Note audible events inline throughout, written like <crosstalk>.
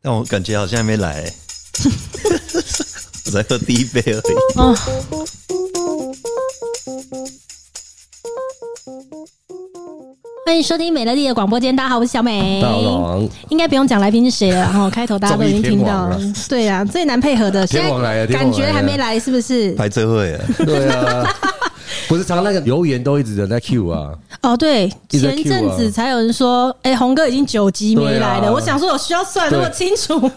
但我感觉好像还没来、 <laughs> 欸，我才喝第一杯而已。哦，欢迎收听美乐蒂的广播间，大家好，我是小美。大王，应该不用讲来宾是谁了，然后开头大家都已经听到了综艺天。对啊，最难配合的，现 <laughs> 天王来在了天感王来了觉还没来，是不是？排这会啊，<laughs> 对啊，不是常那个留言都一直有人在 Q 啊，哦，对，一直在前 cue 阵子才有人说，哎，红哥已经九集没来了。对啊我想说，我需要算那么对清楚吗？ <laughs>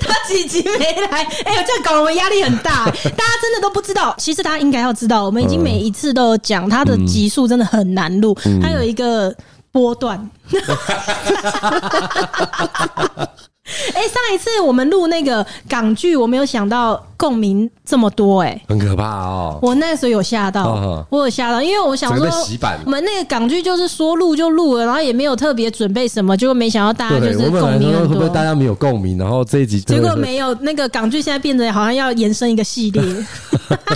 他几集没来？哎，我这样搞得我压力很大。大家真的都不知道，其实大家应该要知道，我们已经每一次都有讲，他的集数真的很难录，嗯还有一个波段。 <laughs> 哎，上一次我们录那个港剧，我没有想到共鸣这么多，哎。很可怕哦。我那时候有吓到，哦我有吓到，因为我想说整个被洗版，我们那个港剧就是说录就录了，然后也没有特别准备什么，结果没想到大家就对，是我本共来鸣说很会不会大多。家没有共鸣，然后这一集结真的果是没有，那个港剧现在变得好像要延伸一个系 <laughs> 列，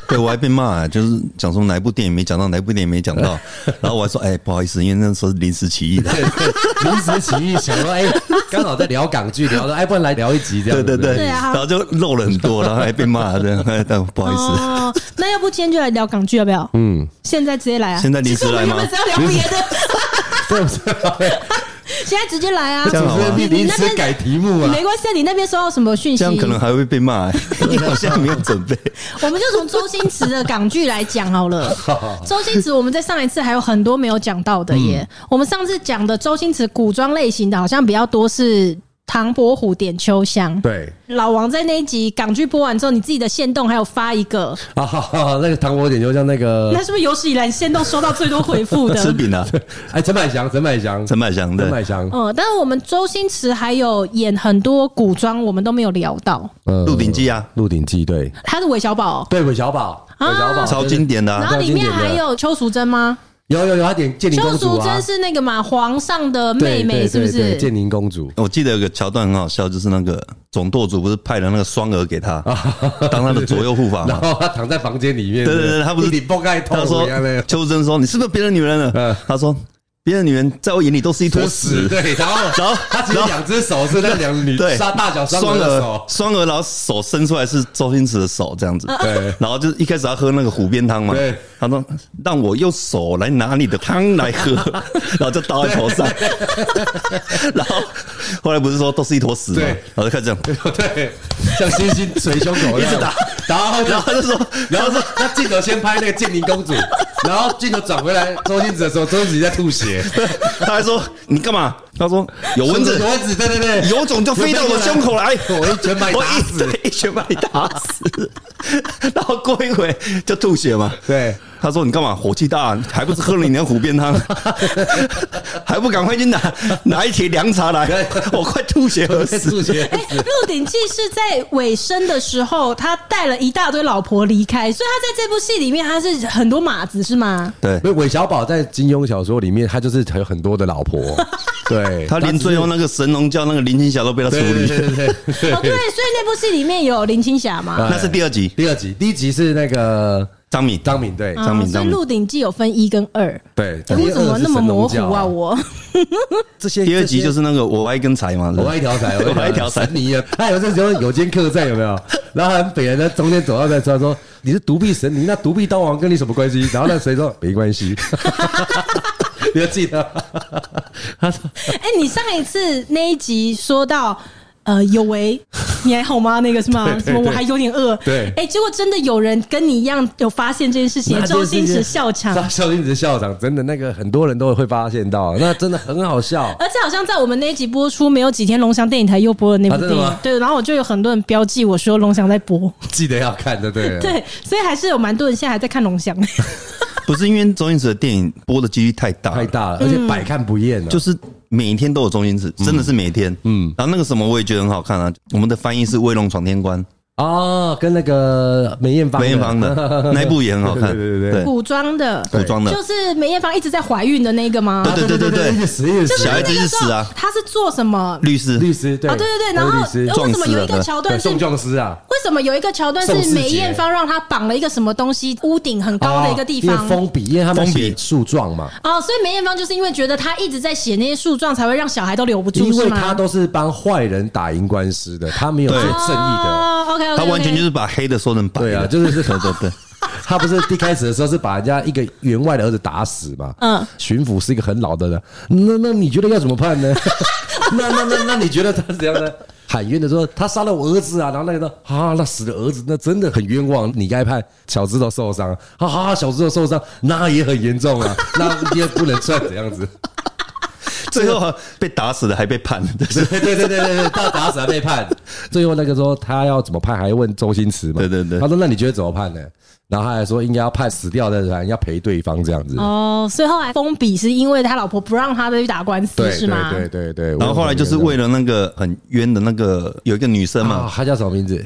对我还被骂、啊就是讲说哪一部电影没讲到，哪一部电影没讲 <laughs> 到，然后我还说，哎、不好意思，因为那时候是临时起意的。对对临时起意想说，哎，刚好在聊港剧，聊到哎，不然来聊一集这样对子。对对，对啊然后就漏了很多，然后还被骂这 <laughs> 样，哎但不好意思，哦，那要不今天就来聊港剧要不要？嗯，现在直接来啊！现在临时来 <laughs> 吗其实我们原本是要聊别的， <laughs> <laughs> 对不对？现在直接来 <laughs> 啊！这样好吗主持人你临时改题目啊，没关系，你那边收到什么讯息？这样可能还会被骂、欸，因为我现在没有准备。我们就从周星驰的港剧来讲好 <laughs> 了。周星驰，我们在上一次还有很多没有讲到的耶。嗯我们上次讲的周星驰古装类型的，好像比较多是《唐伯虎点秋香》。对老王在那一集港剧播完之后，你自己的线动还有发一个，啊，哈哈那个唐伯虎点秋香那个那，是不是有史以来线动收到最多回 <laughs> 复吃的？饼啊，哎，陈百祥，陈百祥，陈百祥陈的百，祥，嗯，但是我们周星驰还有演很多古装，我们都没有聊到。呃《鹿鼎记》啊， 《鹿鼎记》对他是韦小宝哦、对，韦小宝，韦啊小宝超就是经典的、然啊。后里面那经典的还有邱淑贞吗？有有有，他点建宁邱公主淑啊贞，是那个嘛皇上的妹对妹，对是不对对是？建宁公主？我记得有个桥段很好笑，就是那个总舵主不是派了那个双儿给他当他的左右护法然嘛？后他躺在房间里面，啊对对对，他不是你崩盖头他说一样的，邱真说你是不是别的女人了嗯？他说别的女人在我眼里都是一坨屎。对，然后 <laughs> 然后他其实然后两只手是那两女对，杀大脚双双儿的儿手，双儿，然后手伸出来是周星驰的手这样子。对然后就是一开始他喝那个虎鞭汤嘛对，他说让我用手来拿你的汤来 <laughs> 喝，然后就倒在头上，然后后来不是说都是一坨屎嘛，对然后就开始这样，对， <laughs> 像星星捶胸口 <laughs> 一一直样打，然后然然后后他就说，然后是那镜头先拍那个建宁公主， <laughs> 然后镜头转回来周星驰的时候，周星驰在吐血，他还说你干嘛？他说有蚊子有，蚊子，对对对，有种就飞到我胸口来，我一拳把你我打一死，对一拳把你打死，然后过一会就吐血嘛。对。他说：“你干嘛？火气大，还不是喝了你的虎鞭 <laughs> 汤，还不赶快去拿拿一铁凉茶来？我快吐血而死。吐血而哎，《鹿鼎记》是在尾声的时候，他带了一大堆老婆离开，所以他在这部戏里面他是很多马子是吗？”对不是韦小宝在金庸小说里面，他就是有很多的老婆，对他连最后那个神农教那个林青霞都被他处对对理，对对对哦，对，所以那部戏里面有林青霞嘛？那是第二集。第二集，第一集是那个张敏，张敏，对啊张敏所以张《敏鹿鼎记》有分一跟二。对，哎哎我怎么那么模糊第二是神农啊？教我这些第二集就是是那个我爱根柴嘛，是我吧爱一条财，我爱一条财神尼啊！他有这时候有间客栈有没有？然后很北人在中间走到在说说你是独臂神尼，那独臂刀王跟你什么关系？然后那谁说没 <laughs> 关系， <laughs> 你要记得，哎，你上一次那一集说到。呃，有为，你还好吗？那个是吗？对对什么？我对还有点饿。对哎、结果真的有人跟你一样有发现这件事情，周星驰笑场，周星驰笑场，真的那个很多人都会发现到，那真的很好笑。而且好像在我们那一集播出没有几天，龙翔电影台又播了那部啊真电的影，吗对，然后我就有很多人标记我说龙翔在播，记得要看，对不对？对，所以还是有蛮多人现在还在看龙翔。不是因为周星驰的电影播的几率太大了太大了，嗯而且百看不厌了。啊就是是每天嗯都有周星驰，真的是每天。嗯，然后那个什么我也觉得很好看啊，我们的翻译是《威龙闯天关》，哦，跟那个梅艳芳的，梅艳芳 <laughs> 的那一部也很好看，对对对 <laughs> 对古装的，古装的就是梅艳芳一直在怀孕的那个吗？对对对对对一直死一直就是死小，孩子那个时候是啊他是做什么？律师律师对啊，对对对，然他是后律师撞为什么死有了一个对桥对段是宋壮师啊，为什么有一个桥段宋是世杰梅艳芳让他绑了一个什么东西，屋顶很高的一个地哦因方为？封笔，因为他们封笔写诉状嘛，哦，所以梅艳芳就是因为觉得她一直在写那些诉状，才会让小孩都留不住，因是为吗？他都是帮坏人打赢官司的，他没有对做正义的。哦，OK，他完全就是把黑的说成白的，对啊，就是是对对 <laughs> 对，他不是一开始的时候是把人家一个员外的儿子打死嘛？嗯嗯，巡抚是一个很老的人，那那你觉得要怎么判呢？那那那那你觉得他是怎样呢？喊冤的说他杀了我儿子啊，然后那个说啊，那死了儿子，那真的很冤枉，你该判小指头受伤，哈、哈、小指头受伤那也很严重啊，那也不能算怎样子。最后被打死的还被判，对 <laughs> 对对对对对对，到打死还被判。最后那个说他要怎么判，还问周星驰嘛？对对对他说那你觉得怎么判呢？然后他还说应该要判死掉的人要赔对方这样子。哦，所以后来封笔是因为他老婆不让他再去打官司，对是吗？对对对对。 <laughs> 然后后来就是为了那个很冤的那个有一个女生啊嘛，，他叫什么 <laughs> 名字？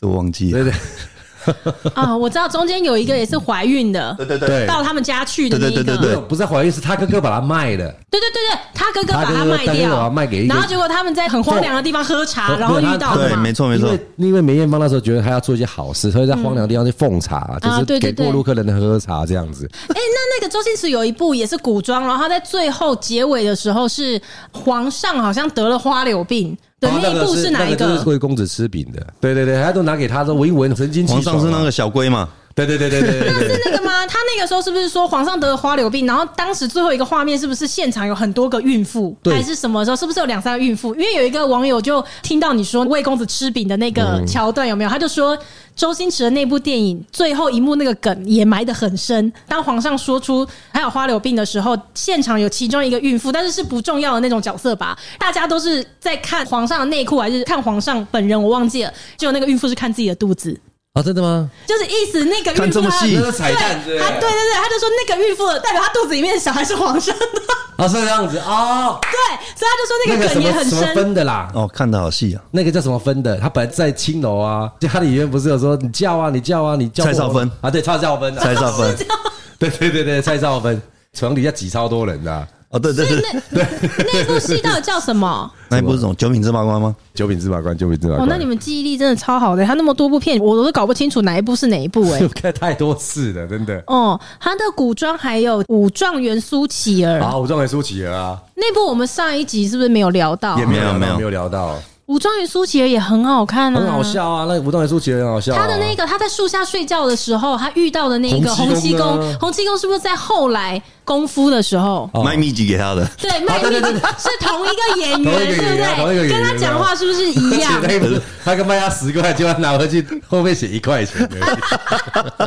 这我忘记了对，对啊、我知道中间有一个也是怀孕的，对对对，对，到他们家去的那一个，对对对对对不是怀孕，是他哥哥把他卖了。对对对对他哥哥把他哥他哥卖他哥哥把掉，他卖给一个然后结果他们在很荒凉的地方喝茶，对然后遇到对了对，嘛没错没因错为，因为梅艳芳那时候觉得她要做一些好事，所以在荒凉的地方去奉茶，就啊对是对给对过路客人喝茶这样子。哎、那那个周星驰有一部也是古装，然后他在最后结尾的时候是皇上好像得了花柳病的、哦那一部是哪一那就是贵公子吃饼的。对对对，他都拿给他说闻一闻，神清气皇爽啊。上是那个小龟嘛，对对对对对对 <laughs> 对对。是那个吗？他那个时候是不是说皇上得了花柳病？然后当时最后一个画面是不是现场有很多个孕妇，对还是什么时候？是不是有两三个孕妇？因为有一个网友就听到你说魏公子吃饼的那个桥段有没有？他就说周星驰的那部电影最后一幕那个梗也埋得很深。当皇上说出还有花柳病的时候，现场有其中一个孕妇，但是是不重要的那种角色吧？大家都是在看皇上的内裤还是看皇上本人？我忘记了。结果那个孕妇是看自己的肚子。啊，真的吗？就是意思那个孕妇看这么她细那是彩蛋之类的他对对对，他就说那个孕妇代表她肚子里面的小孩是皇上的，啊，是这样子哦。对，所以他就说那那个个什梗么也很什么深。分的啦，哦，看的好细啊，那个叫什么分的？他本来在青楼啊，就他的演员不是有说你叫啊，你叫啊，你叫蔡少芬啊，对，蔡少芬啊，蔡少 <laughs> 芬， <laughs> 对对对对，蔡少芬，床底下挤超多人的啊、哦对对对，那那部戏到底叫什么？那一部是什么九品芝麻官吗？九品芝麻官，九品芝麻哦官。， <laughs> 那你们记忆力真的超好的，他那么多部片，我都搞不清楚哪一部是哪一 <laughs> 部哎、看太多次了，真的。哦，他的古装还有武状元苏乞儿好，武状元苏乞儿啊，那部，我们上一集是不是没有聊到哦也？没有聊到没有没有没有聊到，武状元苏乞儿也很好看啊，很好。笑啊，那武状元苏乞儿很好笑啊。他的那个他在树下睡觉的时候，他遇到的那个洪洪七七公公啊，洪七公是不是在后来功夫的时候？哦卖秘籍给他 <laughs> 的，对，卖啊对力对对是同一个演 <laughs> 同员，一个演员对不同一个对？演跟员他讲话是不是一样 <laughs> 而且？那个不是他跟卖他十块，结果他拿回去后面写一块钱 而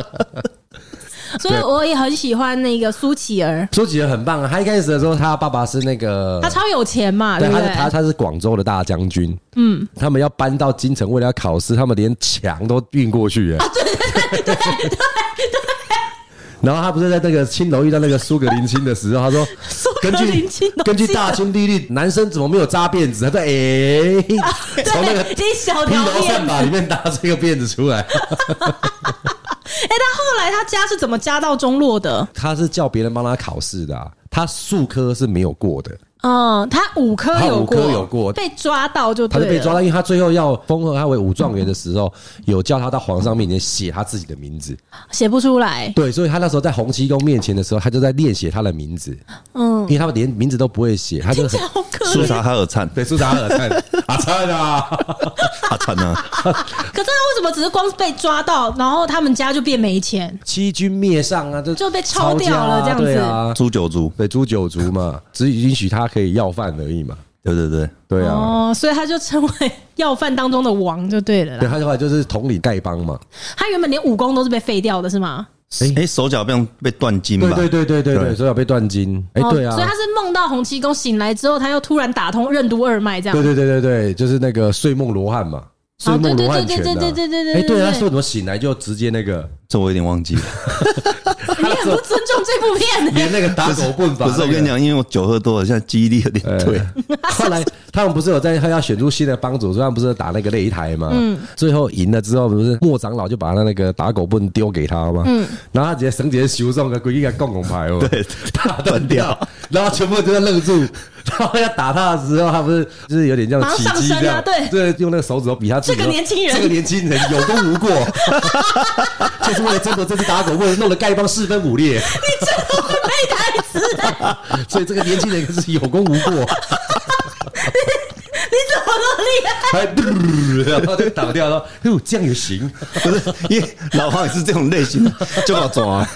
<laughs> 已。所以我也很喜欢那个苏乞儿，苏乞儿很棒啊，他一开始的时候，他爸爸是那个他超有钱嘛，对对，不他对是？他他是广州的大将军，嗯，他们要搬到京城，为了要考试，他们连墙都运过去，哎，对对对对对。然后他不是在那个青楼遇到那个苏格林青的时候，他 <laughs> 说苏：“格根林据青楼根据大清律例，男生怎么没有扎辫子？”他 <laughs> 说：“哎，从那个对，一小披条头辫散发子。里面拿出一个辫子出来。哎，他后来他家是怎么家道中落的”？他是叫别人帮他考试的、啊，他数科是没有过的，嗯，他五科他有五过，科有过被抓到就他对啊就了。被抓到，因为他最后要封和他为武状元的 <laughs> 时候，有叫他到皇上面前写他自己的名字。写不出 <laughs> 来。对，所以他那时候在洪七公面前的时候，他就在练写他的名字，嗯因，为他们连名字都不会写，他就听起 <laughs> 很来好可苏怜。察哈尔灿，对苏打尔 <laughs> 灿阿灿啊，阿灿 <laughs> 啊，可是他为什么只是光被抓到，然后他们家就变没钱？欺君灭上啊，就就被抄掉抄家了啊这样子对啊，诛九族，对诛九族嘛，只允许他可以要饭而已嘛，对对对，对啊。哦，所以他就成为要饭当中的王就对了对，啦。他的话就是统领丐帮嘛，他原本连武功都是被废掉的，是吗？哎，手脚被被断筋对吧？对对对对对，对所以要被断筋，哎，哦对啊所以，他是梦到洪七公醒来之后，他又突然打通任督二脉这样。哦对对对对对，就是那个睡梦罗汉嘛，睡梦罗汉拳啊，对对对对对对对哎，对对对啊，他说怎么醒来就直接那个，这我有点忘记 <laughs> 了。你很 <laughs> 不尊重这部片呢、连那个打狗棍法，哎 <laughs> 不是我跟你，讲，因为我酒喝多了，现在记忆力有点退。对，后来他们不是有在他要选出新的帮主，所以他们不是打那个擂台嘛？嗯，最后赢了之后，不是莫长老就把他那个打狗棍丢给他嘛？嗯，然后他直接绳结修送个规矩给共同牌哦， <laughs> 对打断断掉掉， <laughs> 然后全部都在愣住。然后要打他的时候，他不是就是有点这样马起上鸡上这身样啊，对对，用那个手指头比他自己这个说年轻人这个年轻人有功无过， <laughs> 就是为了争夺这次打狗棍，弄得丐帮四分 <laughs> 五裂。背台词， <laughs> 所以这个年轻人可是有功无过，你怎么那么厉害？还然后就倒掉了。哟，这哎样也 <laughs> 行？不是，因为老黄也是这种类 <laughs> 型的，就搞抓，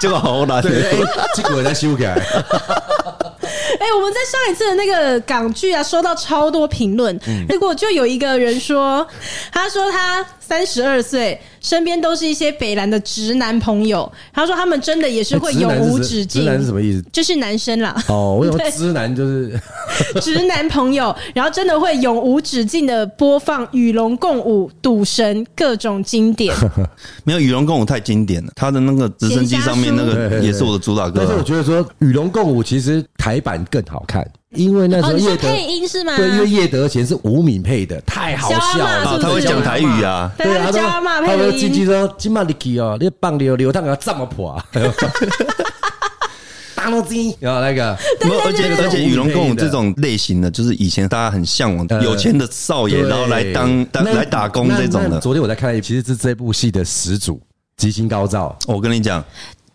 就搞好难。对，哎结果再修改， <laughs> 哎、我们在上一次的那个港剧啊，收到超多评论，嗯结果就有一个人说，他说他三十二岁，身边都是一些北蓝的直男朋友，他说他们真的也是会哎直永男是无什止境。直男是什么意思？就是男生啦， <laughs> <laughs> 哦，我有对直男就是直男朋友，然后真的会永无止境的播放《与龙共舞》《赌神》各种经典，没有《与龙共舞》太经典了，他的那个直升机上面那闲暇个书也是我的主打歌但是我啊。觉得说《与龙共舞》其实台版更好看，因为 <laughs> 那时哦，候你叶说德、配音啊是吗？对，因为叶德娴是吴敏配的，太好笑小阿嬷啊是了。不是他会讲台语啊对，他啊，会叫阿嬷他配们音进去说：“今麦你去哦，你棒流流，他给他这么破 <laughs> 啊， <laughs> 大脑 <laughs> 筋。”然哦后那个没有，而且对对而且《与龙共舞》这种类型的，就是以前大家很向往的，呃有钱的少爷，对然后来当当那来打工那这种那的。昨天我在看一，其实是这部戏的始祖，吉星高照。我跟你讲，哦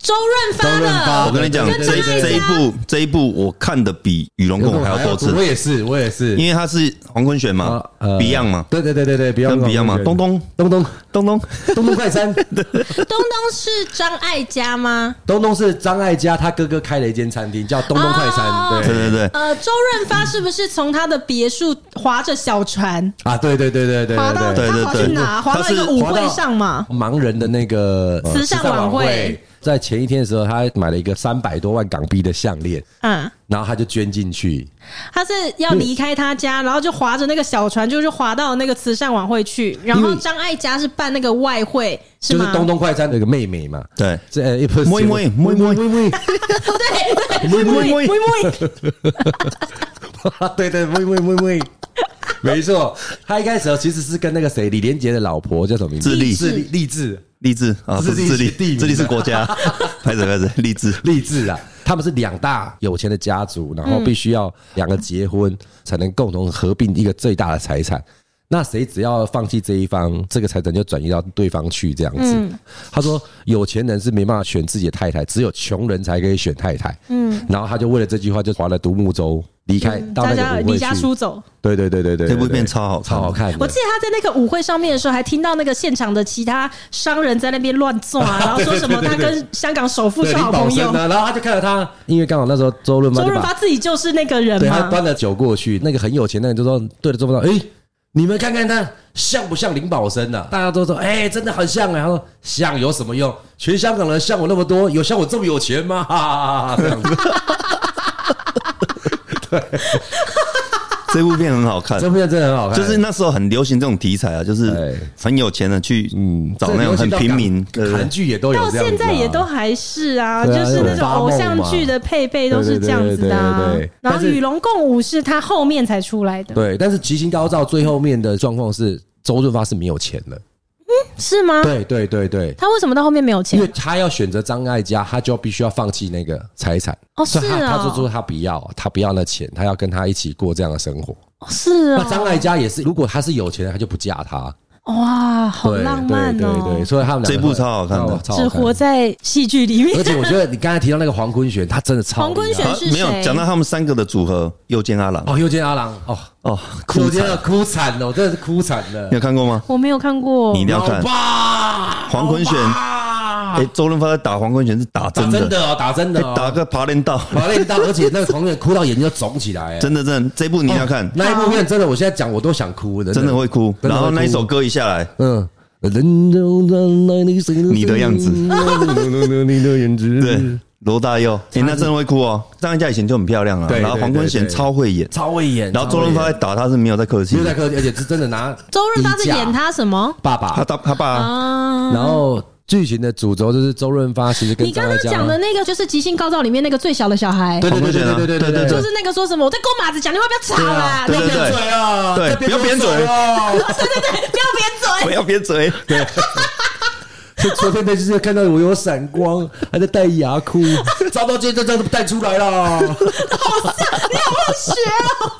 周润发周润发了，我跟你讲，跟这那一这一家部这一部我看的比《与龙哦共舞》还要多次我，也是，我也是，因为他是黄坤选嘛啊呃啊，Beyond 嘛，对对对对对，Beyond 跟 Beyond 嗯嘛，对东东东东东东，东东快餐， <laughs> 东东是张艾嘉吗？东东是张艾嘉他哥哥开了一间餐厅，叫东东快哦餐。对对 <laughs> 对，呃，周润发是不是从他的别墅划着小船啊，对对对对对划到对对，对他划去对对哪？划到一个他是舞滑会到上嘛？盲人的那个呃慈善晚会在前一天的时候，他买了一个三百多万港币的项链，嗯，然后他就捐进去。他是要离开他家，然后就划着那个小船，就是划到那个慈善晚会去。然后张艾嘉是办那个外汇，是就是吗？东东快餐那个妹妹嘛，对这呃不是妹妹妹妹妹妹，对，摸对，摸摸喂喂， <laughs> 对对妹妹妹妹，没错，他一开始其实是跟那个谁李连杰的老婆叫什么名字？自立自立励志励志啊，不自是立自是地立，名自立是啊国 <laughs> 家，拍着拍着，励志。励志啊，他们是两大有钱的家族，然后必须要两个结婚才能共同合并一个最大的财产。那谁只要放弃这一方，这个财产就转移到对方去，这样子。他说，有钱人是没办法选自己的太太，只有穷人才可以选太太。嗯，然后他就为了这句话就划了独木舟离开，到嗯大那家个舞离会家去。出走。对对对对对，这部对对片超好看超好看的。我记得他在那个舞会上面的时候，还听到那个现场的其他商人在那边乱撞啊，然后说什么他跟香港首富对是林好宝啊朋生友，呢，然后他就看着他，因为刚好那时候周润发周就润发把自己就是那个人对他嘛。端了酒过去，那个很有钱的人就说对着周润发，哎，你们看看他像不像林宝生啊？大家都说，哎，真的很像哎。他说像有什么用？全香港人像我那么多，有像我这么有钱吗？ <laughs> 哈哈哈哈这样子， <laughs> 这部片很好看，这部片真的很好看，哎就是那时候很流行这种题材啊，就是对很有钱的去嗯找那种很平民，对对韩对剧也都有到这样子啊，现在也都还是啊，就对啊是那种偶像剧的配备都是这样子的、啊对对对对对对。然后但《是与龙共舞》是他后面才出来的，对。但是《吉星高照》最后面的状况是周润发是没有钱的，是吗？对对对对。他为什么到后面没有因钱为？他要选择张艾嘉，他就必须要放弃那个财产。哦所以他是哦他就说他不要，他不要那钱，他要跟他一起过这样的生活。哦是那张哦，艾嘉也是，如果他是有钱人，他就不嫁他。哇，好对浪漫对对对，哦！所以他们两个这部超好看的超只好活在戏剧里面而。且我觉得你刚才提到那个黄坤玄，他真的超黄坤厉害玄啊是没有谁讲到他们三个的组合，右肩阿郎哦，又见阿郎哦，哦，哭又见惨了了，哭惨了，我真的是哭惨你了。有看过吗？我没有看过，你一定要哦老看。爸，黄坤玄老爸哎，周润发在打黄坤泉是打打真真的，哎的哦，打真的哦，打个爬连道，把那一刀，而且那个黄坤玄哭到眼睛都肿起来。<laughs> 哎真的真的，这部你一定要看，那一部片，真的我现在讲我都想哭的，真的会哭。哦真的会然后那一首歌一下来，嗯，你你的样子 <laughs> 你的颜值，对，罗大佑，嗯哎，那真的会哭哦。张艾嘉以前就很漂亮啊，对然后对黄坤对贤对超会演，超会演。然后周润发在打他是没有在客气因为，在客，而且是真的拿周润发是演他什么爸他爸，他他爸啊啊？然后剧情的主轴就是周润发其实跟你刚张艾刚嘉讲的那个就是《极星高照》里面那个最小的小孩，对对对对啊对对对对，就是那个说什么我在跟我马子讲，你话不要吵啦，对啊对对对对对，嘴啊，对在边不要扁嘴走啊不不要扁嘴。要扁嘴，哦 <laughs> 对，就昨天的就是看到我有闪光，还在戴牙箍， <laughs> 遭到今天这样带出来了。好学哦。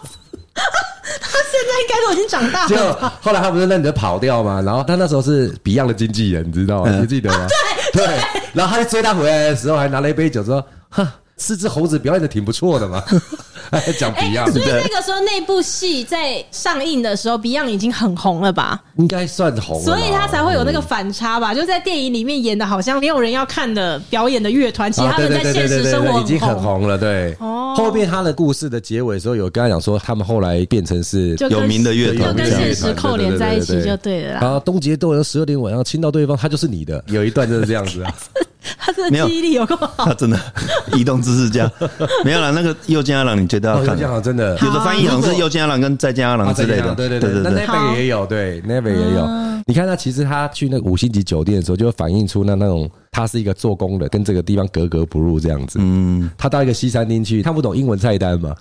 他现在应该都已经长大 <laughs> 结了果吧。后来他不是认得跑掉嘛，然后他那时候是 Beyond 的经纪人，你知道吗？嗯你记得 <laughs> 吗？对对，然后他就追他回来的时候，还拿了一杯酒说：“哈，四只猴子表演的挺不错的嘛。” <laughs> 还讲哎、 Beyond，所以对那个时候那部戏在上映的时候，Beyond 已经很红了吧？应该算红了啦，所以他才会有那个反差吧？就在电影里面演的好像没有人要看的表演的乐团，其实啊，他对们对在对现对对实对生对，活已经很很红，红了，对。哦后面他的故事的结尾的时候，有跟他讲说，他们后来变成是就跟有名的乐就团跟这样现实扣连在一起就对了啦。然后啊东杰斗人十二点晚上亲到对方，他就是你的。有一段就是这样子啊，他真的记忆力有够好他，真的移动知识家，没有啦，那个右肩阿郎，你绝对要 <laughs> 哦，看这。样真的。有的翻译好啊像是右肩阿郎跟再见阿郎之类的，对对对对，那对，那 e 也有，对 n e v e 也有。你看他其实他去那个五星级酒店的时候，就会反映出那那种他是一个做工的，跟这个地方格格不入这样子。嗯，他到一个西餐厅去，看不懂英文菜单嘛，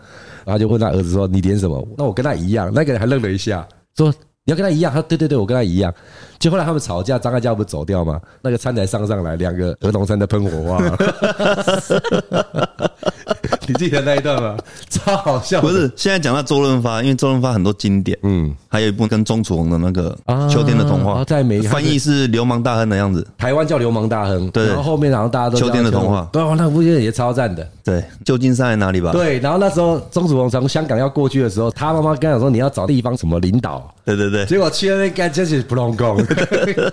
然后就问他儿子说：“你点什么？”那我跟他一样，那个人还愣了一下，说。你要跟他一样，他说对对对，我跟他一样。就后来他们吵架，张艾嘉不是走掉吗？那个餐台上上来两个儿童餐在喷火 <laughs> 花， <laughs> 你记得那一段吗？超好笑的，不是，现在讲到周润发，因为周润发很多经典，嗯，还有一部跟钟楚红的那个啊《秋天的童话啊》，在美翻译是流氓大亨的样子，台湾叫流氓大亨，对然后后面好像大家都叫秋天的童话啊对啊，那部电影也超赞的。对，旧金山在哪里吧？对，然后那时候钟楚红从香港要过去的时候，他妈妈跟他讲说你要找地方什么领 <laughs> 导，对对对，结果去那边干就是不 <laughs> 弄工，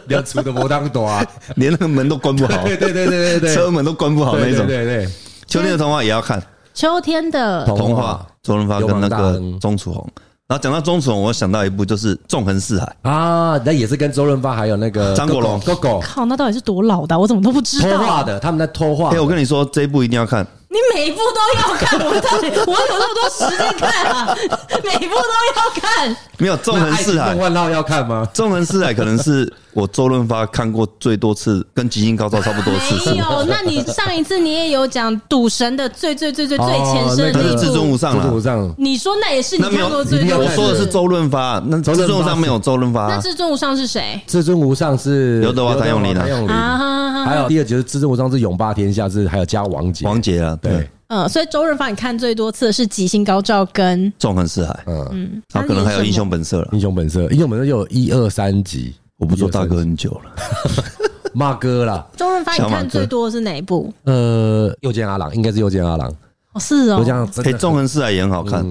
连厨都不当多啊，连那个门都关不好，对对对对对对，车门都关不好那对种对。对对，秋天的童话也要看，秋天的童话周润发跟那流氓大个亨钟楚红。然后讲到钟楚红，我想到一部就是《纵横四海》，啊，那也是跟周润发还有那个张国荣狗狗靠，那到底是多老的啊、我怎么都不知偷道啊、画的，他们在偷画哎、。我跟你说，这一部一定要看。你每一部都要看，我到底我有那么多时间看啊？每一部都要看，没有《纵横四那爱海情动》，漫号要看吗？《纵横四海》可能是我周润发看过最多次，跟《极星高照》差不多次 <laughs> 数没。有。那你上一次你也有讲赌神的最最最最最前身哦那的个一至尊部，无上啊了朱主。上你说那也是你那没有，看过最一定要多我看的。说的是周润发，那周至润发尊无上没有周润那发，至尊无上是谁至尊无上是刘德华谭咏麟啊谭咏麟啊？还有第二集是《至尊无上》是勇霸天下，是还有加王杰。王杰啊，对对，，嗯，所以周润发你看最多次的是《极星高照》跟纵横四海，嗯，然后可能还有《英雄本本色》了。英雄本色，英雄本色就有一二三集，我不做大哥很久了，骂哥啦，》。周润发你看最多的是哪一部？呃，右肩阿郎应该是右肩阿郎，哦，是我哦，讲真嘿，的，哎纵横四海也很好看。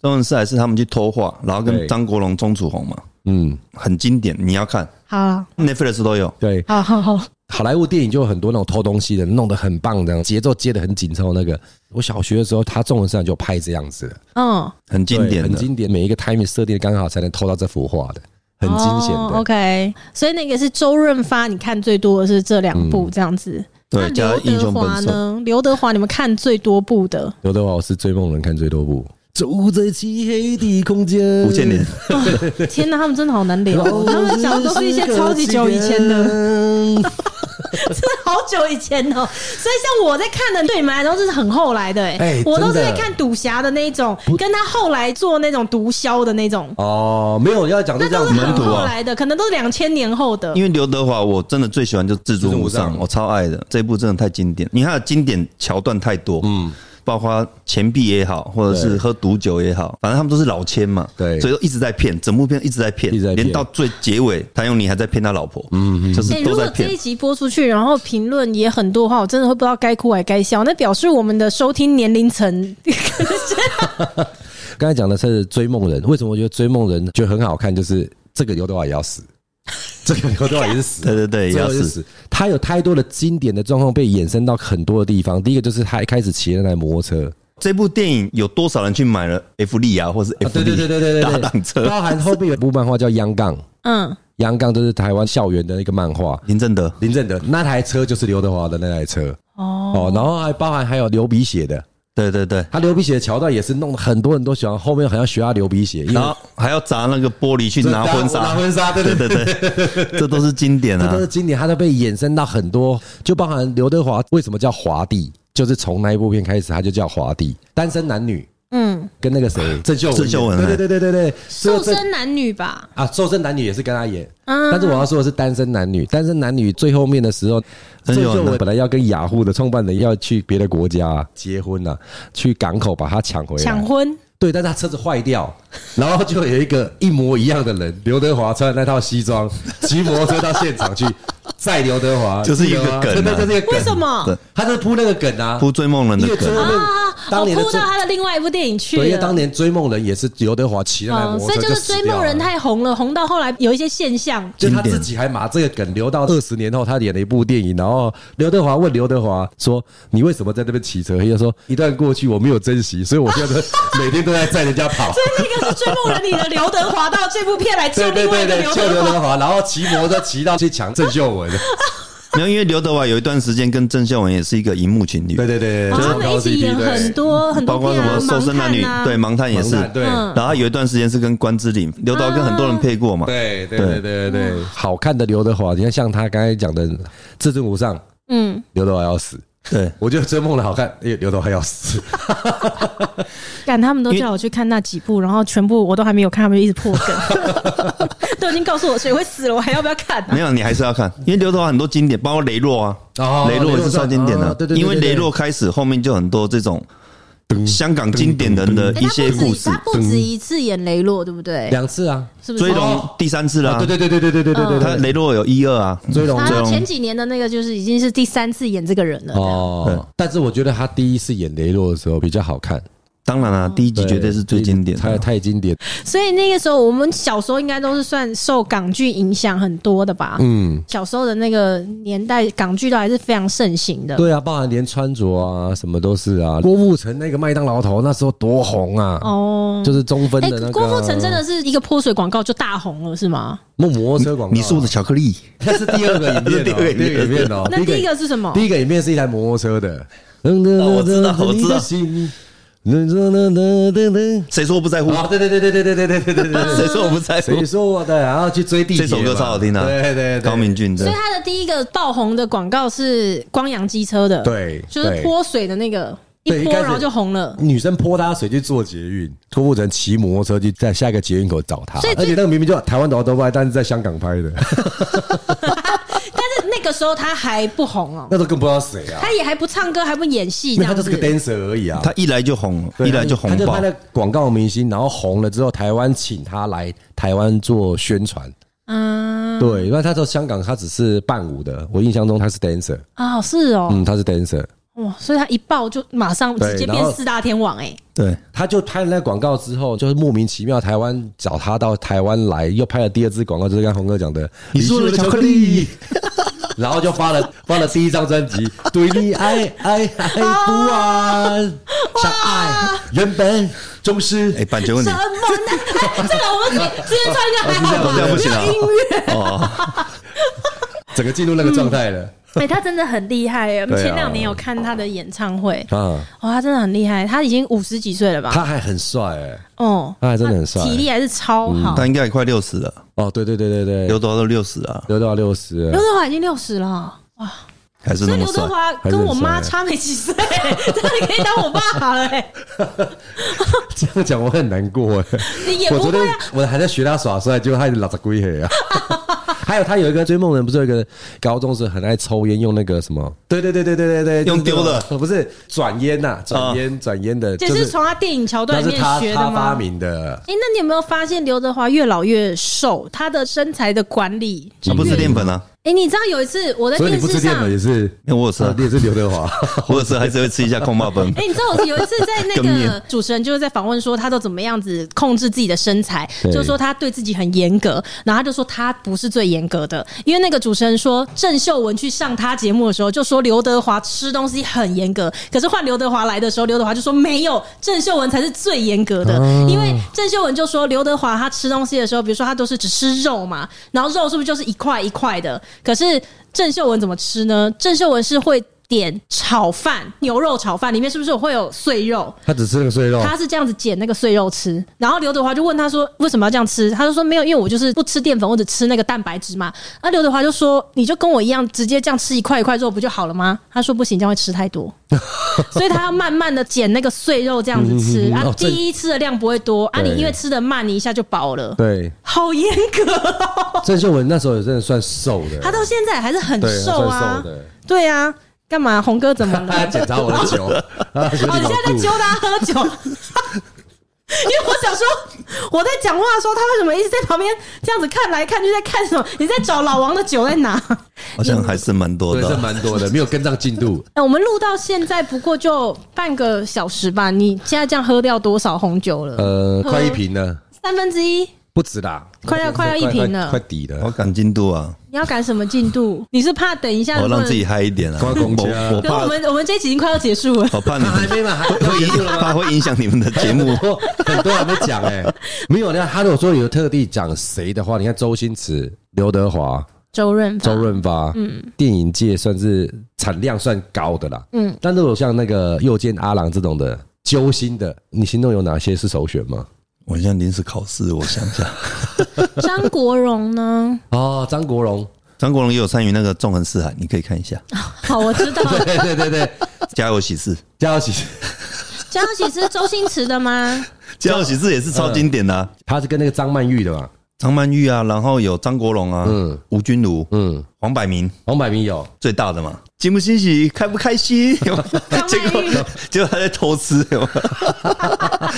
纵横四海是他们去偷画，然后跟嗯对张国荣、钟楚红嘛，嗯，很经典，你要看。好啊， Netflix 都有，对，好好好，好莱坞电影就有很多那种偷东西的，弄得很棒，这样节奏接得很紧凑。那个我小学的时候，他纵横上就拍这样子的，嗯，很经典对很的。经典，每一个 timing 设定得刚好才能偷到这幅画的，很惊险哦的。 OK，所以那个是周润发，你看最多的是这两部这样子。对，加那《英刘德雄本华色》。呢？刘德华你们看最多部 <laughs> 的，刘德华我是追梦人看最多部，走在漆黑的空间，吴建联，天哪，他们真的好难聊 <laughs> 哦，他们讲的都是一些超级久以前的，的。 <laughs> 真的好久以前哦。所以像我在看的，对你们来说是很后来的，哎哎，我都是真在的看赌侠的那一种，跟他后来做那种毒枭的那种，哦，没有要讲就那这都样是子门很徒啊后来的，可能都是两千年后的因。为刘德华我真的最喜欢就是《至尊无至尊上无》，上我超爱的这一部真的太经典，因为它的经典桥段太多，嗯，包括钱币也好，或者是对喝毒酒也好，反正他们都是老千嘛，对所以都一直在骗，整部片一直在骗一直在，骗连到最结尾，谭咏麟还在骗他老婆，嗯，就是哎、都如在果这骗一。集播出去，然后评论也很多的话，我真的会不知道该哭还该笑。那表示我们的收听年龄层刚才讲的是《追梦人》，为什么我觉得《追梦人》觉得很好看？就是这个刘德华也要死， <laughs> 这个刘德华也是死， <laughs> 对对对，也最要后就是是死。他有太多的经典的状况被衍生到很多的地方。第一个就是他一开始骑的那台摩托车，这部电影有多少人去买了 F 利啊，或是 F 利搭档车？包含后面有部漫画叫《央杠》，《嗯，央杠》就是台湾校园的一个漫画。林正德，林正德那台车就是刘德华的那台车哦，哦，然后还包含还有流鼻血的，对对对，他流鼻血的桥段也是弄了很多很多小，后面还要学他流鼻血，因为然后还要砸那个玻璃去拿婚纱，拿婚纱，对对对对对，这都是经典这啊都是。经典，它都被衍生到很多，就包含刘德华为什么叫华帝，就是从那一部片开始，他就叫华帝，单身男女嗯，跟那个谁郑秀文 <laughs> 演，郑秀文对对对对对对，啊瘦这个郑身男女吧，啊，瘦身男女也是跟他演，嗯但是我要说的是单身男女，单身男女最后面的时候，郑郑秀文呢秀文本来要跟雅虎的创办人要去别的国家、结婚了、去港口把他抢啊回来，抢婚，对，但是他车子坏掉， <laughs> 然后就有一个一模一样的人，刘德华穿的那套西装，骑摩托车到现场去 <laughs> 载刘德华，就是一个记得吗梗啊对对，就是一个梗。为什么？对他就是铺那个梗啊？扑追梦人因的为最后梗，面啊，当我年的扑追到，他的另外一部电影去对，因为了。当年追梦人也是刘德华骑那台摩嗯，托所以车就是死掉追梦人了太红了，红到后来有一些现象，就他自己还把这个梗留到二十年后，他演了一部电影，然后刘德华问刘德华说：“你为什么在那边骑车？”他就说：“一段过去我没有珍惜，所以我现在都 <laughs> 每天都在载人家跑。”所以那个是追梦人里的刘德华到这部片来救对对另外对一个对，刘救德刘华。德华，然后骑摩托车骑到去抢郑秀文，没有，因为刘德华有一段时间跟郑秀文也是一个荧幕情侣，对对对对，然后他超们一高起 CP 演很对，多很包多括片什啊，么瘦身男女盲探啊，对，盲探也也是，是对嗯然后他有一段时间是跟关之琳，刘德华跟很多人配过嘛，对对对对对，嗯好看的刘德华，你看像他刚才讲的《至尊无上》，嗯，刘德华要死。对，我觉得追梦的好看，因为刘德华要死，干他们都因为叫我去看那几部，然后全部我都还没有看，他们就一直破梗，都已经告诉我谁会死了，我还要不要看、啊没？有你还是要看，因为刘德华很多经典，包括雷洛啊，哦雷洛也是超经典的、雷洛哦对对对因为对对雷洛开始后面就很多这种香港经典人的诶一些故事他，不止一次演雷洛，对不对？ <laughs> 两次啊，是不追是？龙第三次啦、啊对对对对对对对对他对，雷洛有一二啊，追龙他龙前几年的那个就是已经是第三次演这个人了。哦对，但是我觉得他第一次演雷洛的时候比较好看，当然啦、第一集绝对是最经典太的。太经典，所以那个时候我们小时候应该都是算受港剧影响很多的吧？嗯，小时候的那个年代，港剧都还是非常盛行的。对啊，包含连穿着啊什么都是啊，郭富城那个麦当劳头那时候多红啊，哦，就是中分的哎、那个啊郭富城真的是一个泼水广告就大红了，是吗？那摩托车广告啊，你是我的巧克力，那是第二个影那 <laughs> 是片第哦，二个影片第二个影片哦。那第一个是什么？第一个影片是一台摩托车的，我知道我知道谁说我不在乎？啊，对对对对对对对对对对 <laughs> 对，谁说我不在乎？谁说我的？然后去追地铁这嘛，首歌超好听的、啊，对对对，高明俊所的以。他的第一个爆红的广告是光阳机车的，，对，就是对泼水的那个，一对一泼开始然后就红了。女生泼他水去做捷运，郭富城骑摩托车去在下一个捷运口找他所以，而且那个明明就台湾岛都拍，但是在香港拍的， <laughs> 但是那个时候他还不红哦，那时候更不知道谁啊，他也还不唱歌，还不演戏，因这为他样就子。是个 dancer 而已啊，他一来就红了，对一来就红他就爆拍。了广告明星，然后红了之后，台湾请他来台湾做宣传。嗯对，因为他在香港，他只是伴舞的。我印象中他是 dancer，啊，是哦，嗯，他是 dancer。哇，所以他一爆就马上对直接然变后四大天王哎，对，他就拍了那广告之后，就是莫名其妙，台湾找他到台湾来，又拍了第二支广告，就是刚刚红哥讲的，你是我的巧克 <laughs> 力。然后就发了发了第一张专辑《对你爱爱爱不完》， <laughs> 相爱原本总是哎，版权问题什么呢？哎这个我们之前唱应该还好 <laughs> 吧？哦这样不行啊没有音乐，哦，整个进入那个状态了哎，他真的很厉害哎，我们对啊前两年有看他的演唱会，啊！哇，他真的很厉害，他已经五十几岁了吧？他还很帅哎，哦，他还真的很帅嗯体力还是超好。他应该也快六十了，哦，对对对对刘对，德华都六十啊，刘德华六十刘，德华已经六十了，哇！还是所那以么刘帅德。华跟我妈差没几 <laughs> 岁，真的可以当我爸了、欸。这样 <laughs> 讲我很难过哎。你也我不昨会天啊，我还在学他耍帅，结果他已经老十 <laughs> 龟黑啊。还有他有一个追梦人，不是有一个高中生很爱抽烟，用那个什么？对对对对对对对，用丢的就是那种不是转烟呐，转烟转烟的，这是从他电影桥那段里是面他学他的发吗？明的。哎、那你有没有发现刘德华越老越瘦，他的身材的管理？他不吃淀粉啊，哎、你知道有一次我在所以你电不吃视淀上，粉也是，呃因为我有吃啊你，也是刘德华，我有吃还是会吃一下空巴粉 <laughs> 哎、。你知道我有一次在那 <laughs> 跟个面主持人就是在访问说他都怎么样子控制自己的身材，对就说他对自己很严格，然后他就说他不是最严格的，因为那个主持人说郑秀文去上他节目的时候就说刘德华吃东西很严格，可是换刘德华来的时候，刘德华就说没有，郑秀文才是最严格的，因为郑秀文就说刘德华他吃东西的时候，比如说他都是只吃肉嘛，然后肉是不是就是一块一块的，可是。郑秀文怎么吃呢？郑秀文是会点炒饭，牛肉炒饭里面是不是会有碎肉？ <laughs> 他只吃那个碎肉，他是这样子捡那个碎肉吃，然后刘德华就问他说为什么要这样吃？他就说没有，因为我就是不吃淀粉，我只吃那个蛋白质嘛。那刘德华就说你就跟我一样，直接这样吃一块一块肉不就好了吗？他说不行，这样会吃太 <laughs> 多，所以他要慢慢的捡那个碎肉这样子吃嗯嗯嗯啊哦。这第一吃的量不会多啊，你对因为吃的慢，你一下就饱了，对，好严格。郑秀文那时候也真的算瘦的， <laughs> 他到现在还是很对瘦她算啊瘦，的，对啊，干嘛？红哥怎么了？ <laughs> 他检查我的酒， <laughs> 啊，有哦，点你现在在老揪度。他喝酒， <laughs> 因为我想说我在讲话的时候，他为什么一直在旁边这样子看来看去，在看什么？你在找老王的酒在哪？ <laughs> 好像还是蛮多对，的这啊。蛮多哦 <laughs> 的，没有跟上进度。哎、我们录到现在不过就半个小时吧，你现在这样喝掉多少红酒了？呃，快一瓶了，三分之一。不止啦，嗯快要快要一瓶了快底了我。赶进度啊，你要赶什么进度？你是怕等一下我不能？让自己嗨一点啊。关公家我我可我怕们我们这一集已经快要结束了。我怕你啊 <laughs> 还们没嘛， <laughs> 还会影怕会影响你们的节 <laughs> 目。哦， <laughs> 很多还没讲哎、没有。你看，他如果说有特地讲谁的话，你看周星驰、刘德华、周润发周，润发，嗯，电影界算是产量算高的啦，嗯。但如果像那个右见阿郎这种的揪心的，你心中有哪些是首选吗？我现在临时考试，我想一下，张国荣呢？哦，张国荣，张国荣也有参与那个《纵横四海》，你可以看一下《好，我知道。 <laughs> <laughs> 对对对对，家有喜 <laughs> 事》。加油喜，江喜是周星驰的吗？ 《家有喜事》也是超经典的啊，他是跟那个张曼玉的嘛，张曼玉啊，然后有张国荣啊，嗯吴君如、嗯，黄百鸣，王百鸣有，最大的嘛，惊不惊喜，开不开心？有没有 <laughs> 结果结果他在偷吃， <laughs> 有没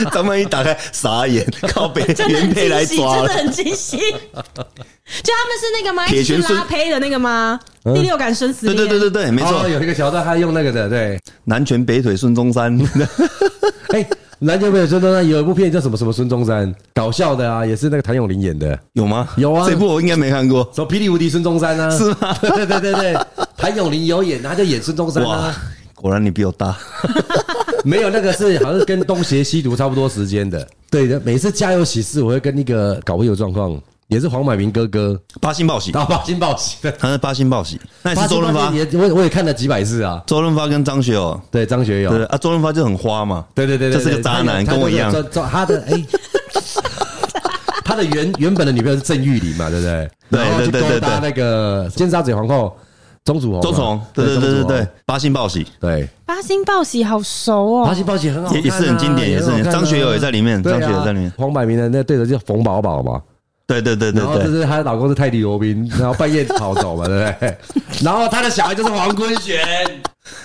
有张曼玉打开傻眼，靠北 <laughs> 真的原很配来惊喜，抓真的了。很惊 <laughs> 喜。就他们是那个吗？铁一起去拳孙拉胚的那个吗？第六感生死对恋。对对对对，没错，哦有一个桥段他用那个的，对，南拳北腿孙中山， <laughs> 哎、篮球没有孙中山有一部片叫什么什么孙中山，搞笑的啊，也是那个谭咏麟演的，有吗？有啊这部我应该没看过。什么霹雳无敌孙中山啊？是吗对对对对，谭咏麟有演，他就演孙中山哇啊。，果然你比我大。没有那个是好像是跟东邪西毒差不多时间的。对的，每次家有喜事，我会跟那个搞不清楚状况，也是黄百鸣哥 <laughs> 哥，八星报喜，然后报新报喜的。他是八星报喜，那也是周润发。也我我也看了几百次啊。周润发跟张学友，对，张学友，对啊，周润发就很花嘛，对对对对，这是个渣男，他跟我一样他。他的哎。 <laughs> 他的原原本的女朋友是郑裕玲嘛，对不对？对然后就对对对勾搭那个尖沙咀皇后钟楚红嘛，周崇，对对对对对，八星报喜对，八星报喜好熟八哦。喜报喜很好看啊、也也是很经典，也是很很好看啊张学友也在里面，对啊张学友在里面，黄百鸣的那对手就是冯宝宝嘛，对对对对然后就对，是她的老公是泰迪罗宾，然后半夜逃走嘛，对不 <laughs> 对？然后她的小孩就是黄坤玄，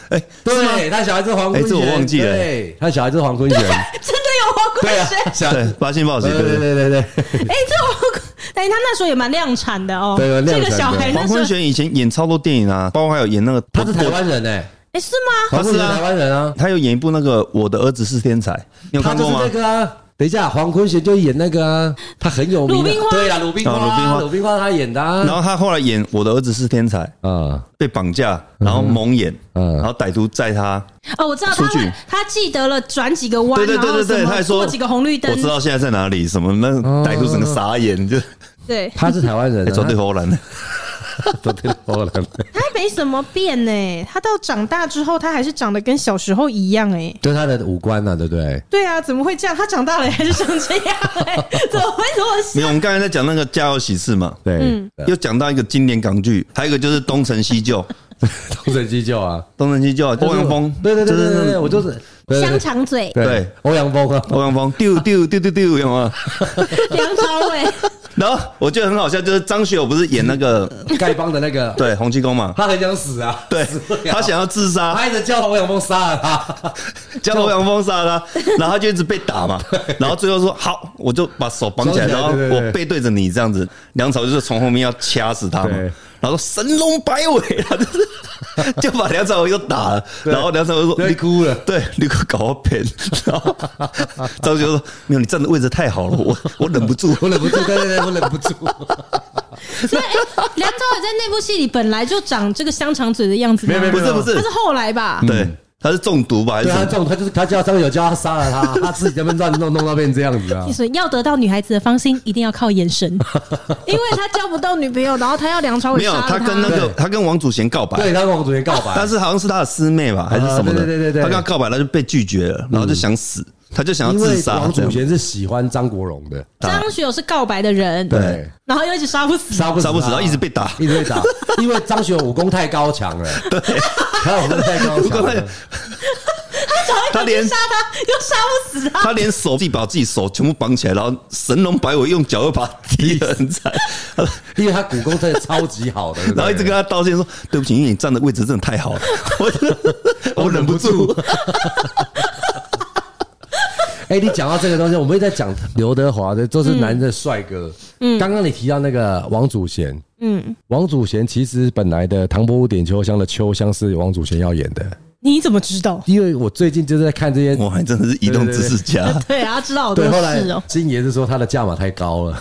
哎，对，她小孩就是黄坤哎玄，这我忘记了对，她小孩就是黄 <laughs> 坤玄，真的有黄对坤啊轩？，小孩对，八星报喜，对对对对对。对对对， <laughs> 哎，这黄坤，哎，他那时候也蛮量产的哦。对量这产的个小孩那黄时坤候，玄以前演超多电影啊，包括还有演那个， <laughs> 他是台湾人哎，哎，是吗？黄坤他玄是啊台湾人啊，他有演一部那个《我的儿子是天才》，你有他看就过是吗？那个啊。等一下，黄坤玄就演那个啊，他很有名鲁的冰花，对啊，鲁冰花，哦鲁冰花鲁冰花他演的然啊，后他后来演《我的儿子是天才》，啊，被绑架，然后蒙眼，嗯然后歹徒载他，哦，我知道他出去会，他记得了转几个弯，对对然对后对对，什么他还说过几个红绿灯我，知道现在在哪里，什么那哦歹徒整个傻眼，就哎对，他是台湾人啊， <laughs> 走对荷兰，走对头了，他没什么变呢。他到长大之后，他还是长得跟小时候一样哎。就是他的五官啊，对不对？对啊，怎么会这样？他长大了还是长这样、 <laughs> 哎，怎么会这么没像？有，我们刚才在讲那个《家有喜事》嘛，对，又讲到一个经典港剧，还有一个就是《东成西就》，《东成西就啊，东成西就》欧阳锋，对对对对对就是嗯对，我就是香肠嘴，对对欧阳锋 <laughs> 啊，欧阳锋丢丢丢丢丢，有吗？梁朝 <laughs> 伟，然后我觉得很好笑，就是张学友不是演那个丐帮的那个，对洪七公嘛，呃他很想死啊，哎对死不了他想要自他杀，还一直叫欧阳锋杀了 <laughs> 他，叫欧阳锋杀他，然后他就一直被打 <laughs> 嘛，然后最后说好，我就把手绑起来，绑起来然后对对对我背对着你这样子，梁朝就是从后面要掐死他嘛对，然后说神龙摆尾，他就是 <laughs> 就把梁朝伟又打了，对然后梁朝伟说对你哭了对，你给我搞我扁， <laughs> 然后张学友说没有，你站的位置太好了，我我忍不 <laughs> 住，我忍不住，对对对，我忍不住，所以、哎梁朝伟在那部戏里本来就长这个香肠嘴的样子吗？没有没不有嗯是不是他是，后来吧？嗯对。他是中毒吧？还是对什他么这？种，他就是他叫张友叫他杀了他， <laughs> 他自己在那边乱弄弄到变这样 <laughs> 子啊你。说要得到女孩子的芳心，一定要靠眼神，因为他交不到女朋友，然后他要梁朝伟没有哦杀，了他跟那个对他跟王祖贤告白，对他跟王祖贤告白，但是好像是他的师妹吧，还是什么的？啊对对对对对他跟他告白，他就被拒绝了，然后就想死，他就想要因为自杀。王这祖样贤是喜欢张国荣的，张学友是告白的人，对，然后又一直杀不死，杀不啊杀不死，他然后一直被打。一直被打，因为张学友武功太高强了， <laughs> 对，他武功太高强了，他连杀他又杀不死他，他连手自己把自己手全部绑起来，然后神龙摆尾用脚又把他踢得很惨，因为他武功真的超级好的，对不对然后一直跟他道歉说：“对不起，因为你站的位置真的太好 <laughs> 了，我我忍不住。哎、你讲到这个东西，我们一直在讲刘德华的，都是男的帅哥。嗯，刚刚你提到那个王祖贤，嗯，王祖贤其实本来的《唐伯虎点秋香》的秋香是王祖贤要演的，你怎么知道？因为我最近就在看这些。我还真的是移动知识家，对啊，他知道好多对，后来事哦，金爷是说他的价码太高了，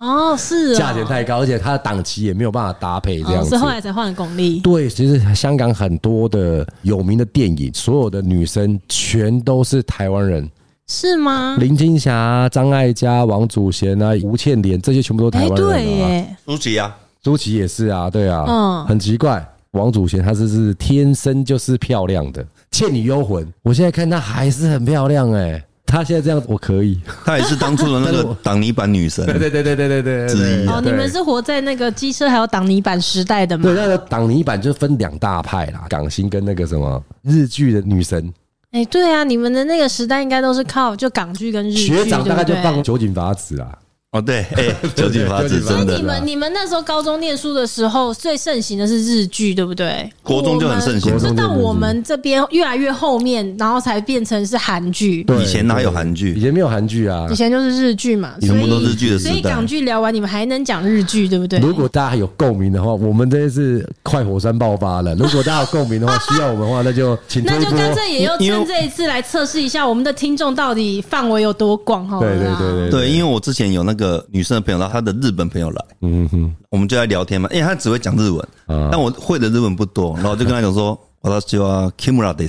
哦是哦，价钱太高，而且他的档期也没有办法搭配这样哦子。是后来才换了巩俐，对，其实香港很多的有名的电影，所有的女生全都是台湾人，是吗？林青霞、张艾嘉、王祖贤啊、吴倩莲，这些全部都台哎，湾人、啊。对耶，舒淇啊，舒淇也是啊，对啊，嗯很奇怪。王祖贤她是是天生就是漂亮的，《倩女幽魂》，我现在看她还是很漂亮哎、她现在这样我可以，她也是当初的 <laughs> 那个挡泥板女神。对对对对对对之一哦，你们是活在那个机车还有挡泥板时代的吗对？那个挡泥板就分两大派啦，港星跟那个什么日剧的女神哎，对啊，你们的那个时代应该都是靠就港剧跟日剧，学长，大概就对不对放酒井法子啊啦，哦，对，哎，九井法子九井法子真你的，们你们那时候高中念书的时候，最盛行的是日剧，对不对？国中就很盛行我们国中直就到很盛行我们这边越来越后面，然后才变成是韩剧。对以前哪有韩剧以前没有韩剧啊以。前就是日剧嘛，全所部以都日剧的时所以代港。剧聊完，你们还能讲日剧，对不对？如果大家有共鸣的话，我们这是快火山爆发了。如果大家有共鸣的话，需要我们的话，那就请推那就波。干脆也要因为趁这一次来测试一下我们的听众到底范围有多广，好了对对啦对对 <laughs> 对，因为我之前有那个女生的朋友，然后她的日本朋友来，嗯哼，我们就在聊天嘛，因为哎她只会讲日文，啊但我会的日文不多，然后我就跟她讲说，我要叫啊 Kimura des，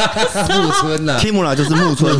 木村呐、 Kimura 就是木村，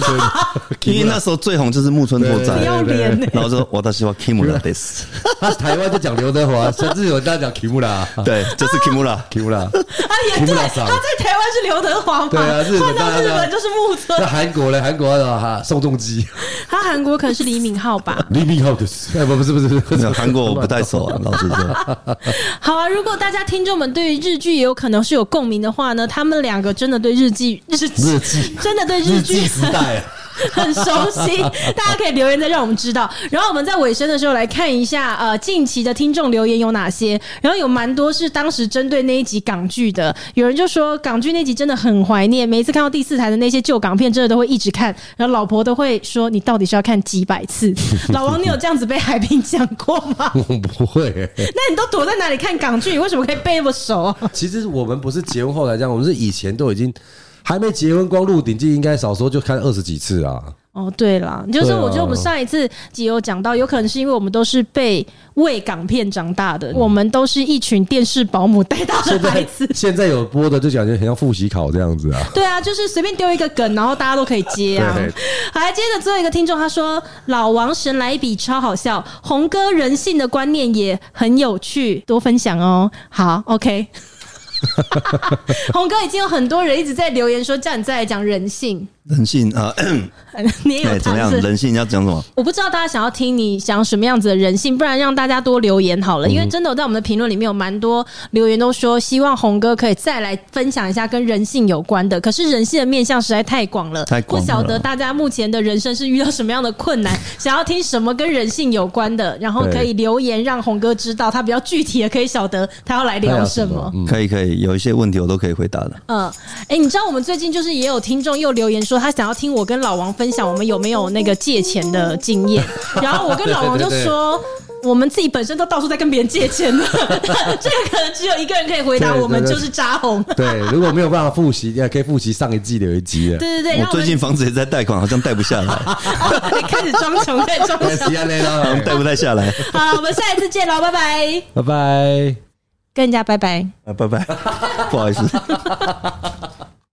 因为那时候最红就是木村拓不哉，要脸呢、然后说我希望 Kimura des，他 <laughs> 台湾就讲刘德 <laughs> 华，甚至有人在讲 Kimura 对，就是 Kimura。 Kimura，啊，也对， Kimura 他桑在台湾是刘德华嘛，对啊日本换到大家日都本就是木村那，韩国呢？韩国的哈宋仲基他韩国可能是李敏镐 <laughs> 吧。 l i v i n Hope 就是，哎不不是不是不没是有韩国我不太熟啊，老实说，好啊，如果大家听众们对于日剧也有可能是有共鸣的话呢，他们两个真的对日剧日日剧记真的对日日记剧时代啊， <laughs> 很熟悉，大家可以留言再让我们知道。然后我们在尾声的时候来看一下，呃，近期的听众留言有哪些？然后有蛮多是当时针对那一集港剧的，有人就说港剧那集真的很怀念，每一次看到第四台的那些旧港片，真的都会一直看。然后老婆都会说，你到底是要看几百次？ <laughs> 老王，你有这样子被海平讲过吗？ <laughs> <laughs> 我不会、那你都躲在哪里看港剧？你为什么可以背那么熟啊？其实我们不是结婚后才这样，我们是以前都已经还没结婚，光《鹿鼎记》应该少说就看二十几次 <laughs> 啊。哦，对啦，就是对啊我觉得我们上一次集有讲到，有可能是因为我们都是被喂港片长大的，我们都是一群电视保姆带大的现孩在子。现在有播的就感觉很像复习考这样子 <laughs> 啊。对啊，就是随便丢一个梗，然后大家都可以接啊对。好，来接着最后一个听众他说：“老王神来一笔，超好笑，红哥人性的观念也很有趣，多分享哦。”好，OK。红哥已经有很多人一直在留言说叫你再来讲人性， <laughs> 人性啊，哎、你也有怎么样？尝试人性要讲什么？我不知道大家想要听你讲什么样子的人性，不然让大家多留言好了。因为真的在我们的评论里面有蛮多留言都说，希望红哥可以再来分享一下跟人性有关的。可是人性的面向实在太广了，太广了不晓得大家目前的人生是遇到什么样的困 <laughs> 难，想要听什么跟人性有关的，然后对可以留言让红哥知道，他比较具体的可以晓得他要来聊什么。嗯，可以可以，有一些问题我都可以回答的。嗯，哎、你知道我们最近就是也有听众又留言说，他想要听我跟老王分享我们有没有那个借钱的经验。然后我跟老王就 <laughs> 说，我们自己本身都到处在跟别人借钱的，这个可能只有一个人可以回答，对我们对就对是扎红。对，如果没有办法复习，也可以复习上一季的有一集啊的。对对对，我然后我最们近房子也在贷款，好像贷不下来，开始装穷，开始 <laughs> 装对，穷。西安内好像 <laughs> 啦，贷不太下来。好，我们下一次见喽，拜拜，拜拜。跟人家拜拜。啊，拜拜，不好意思。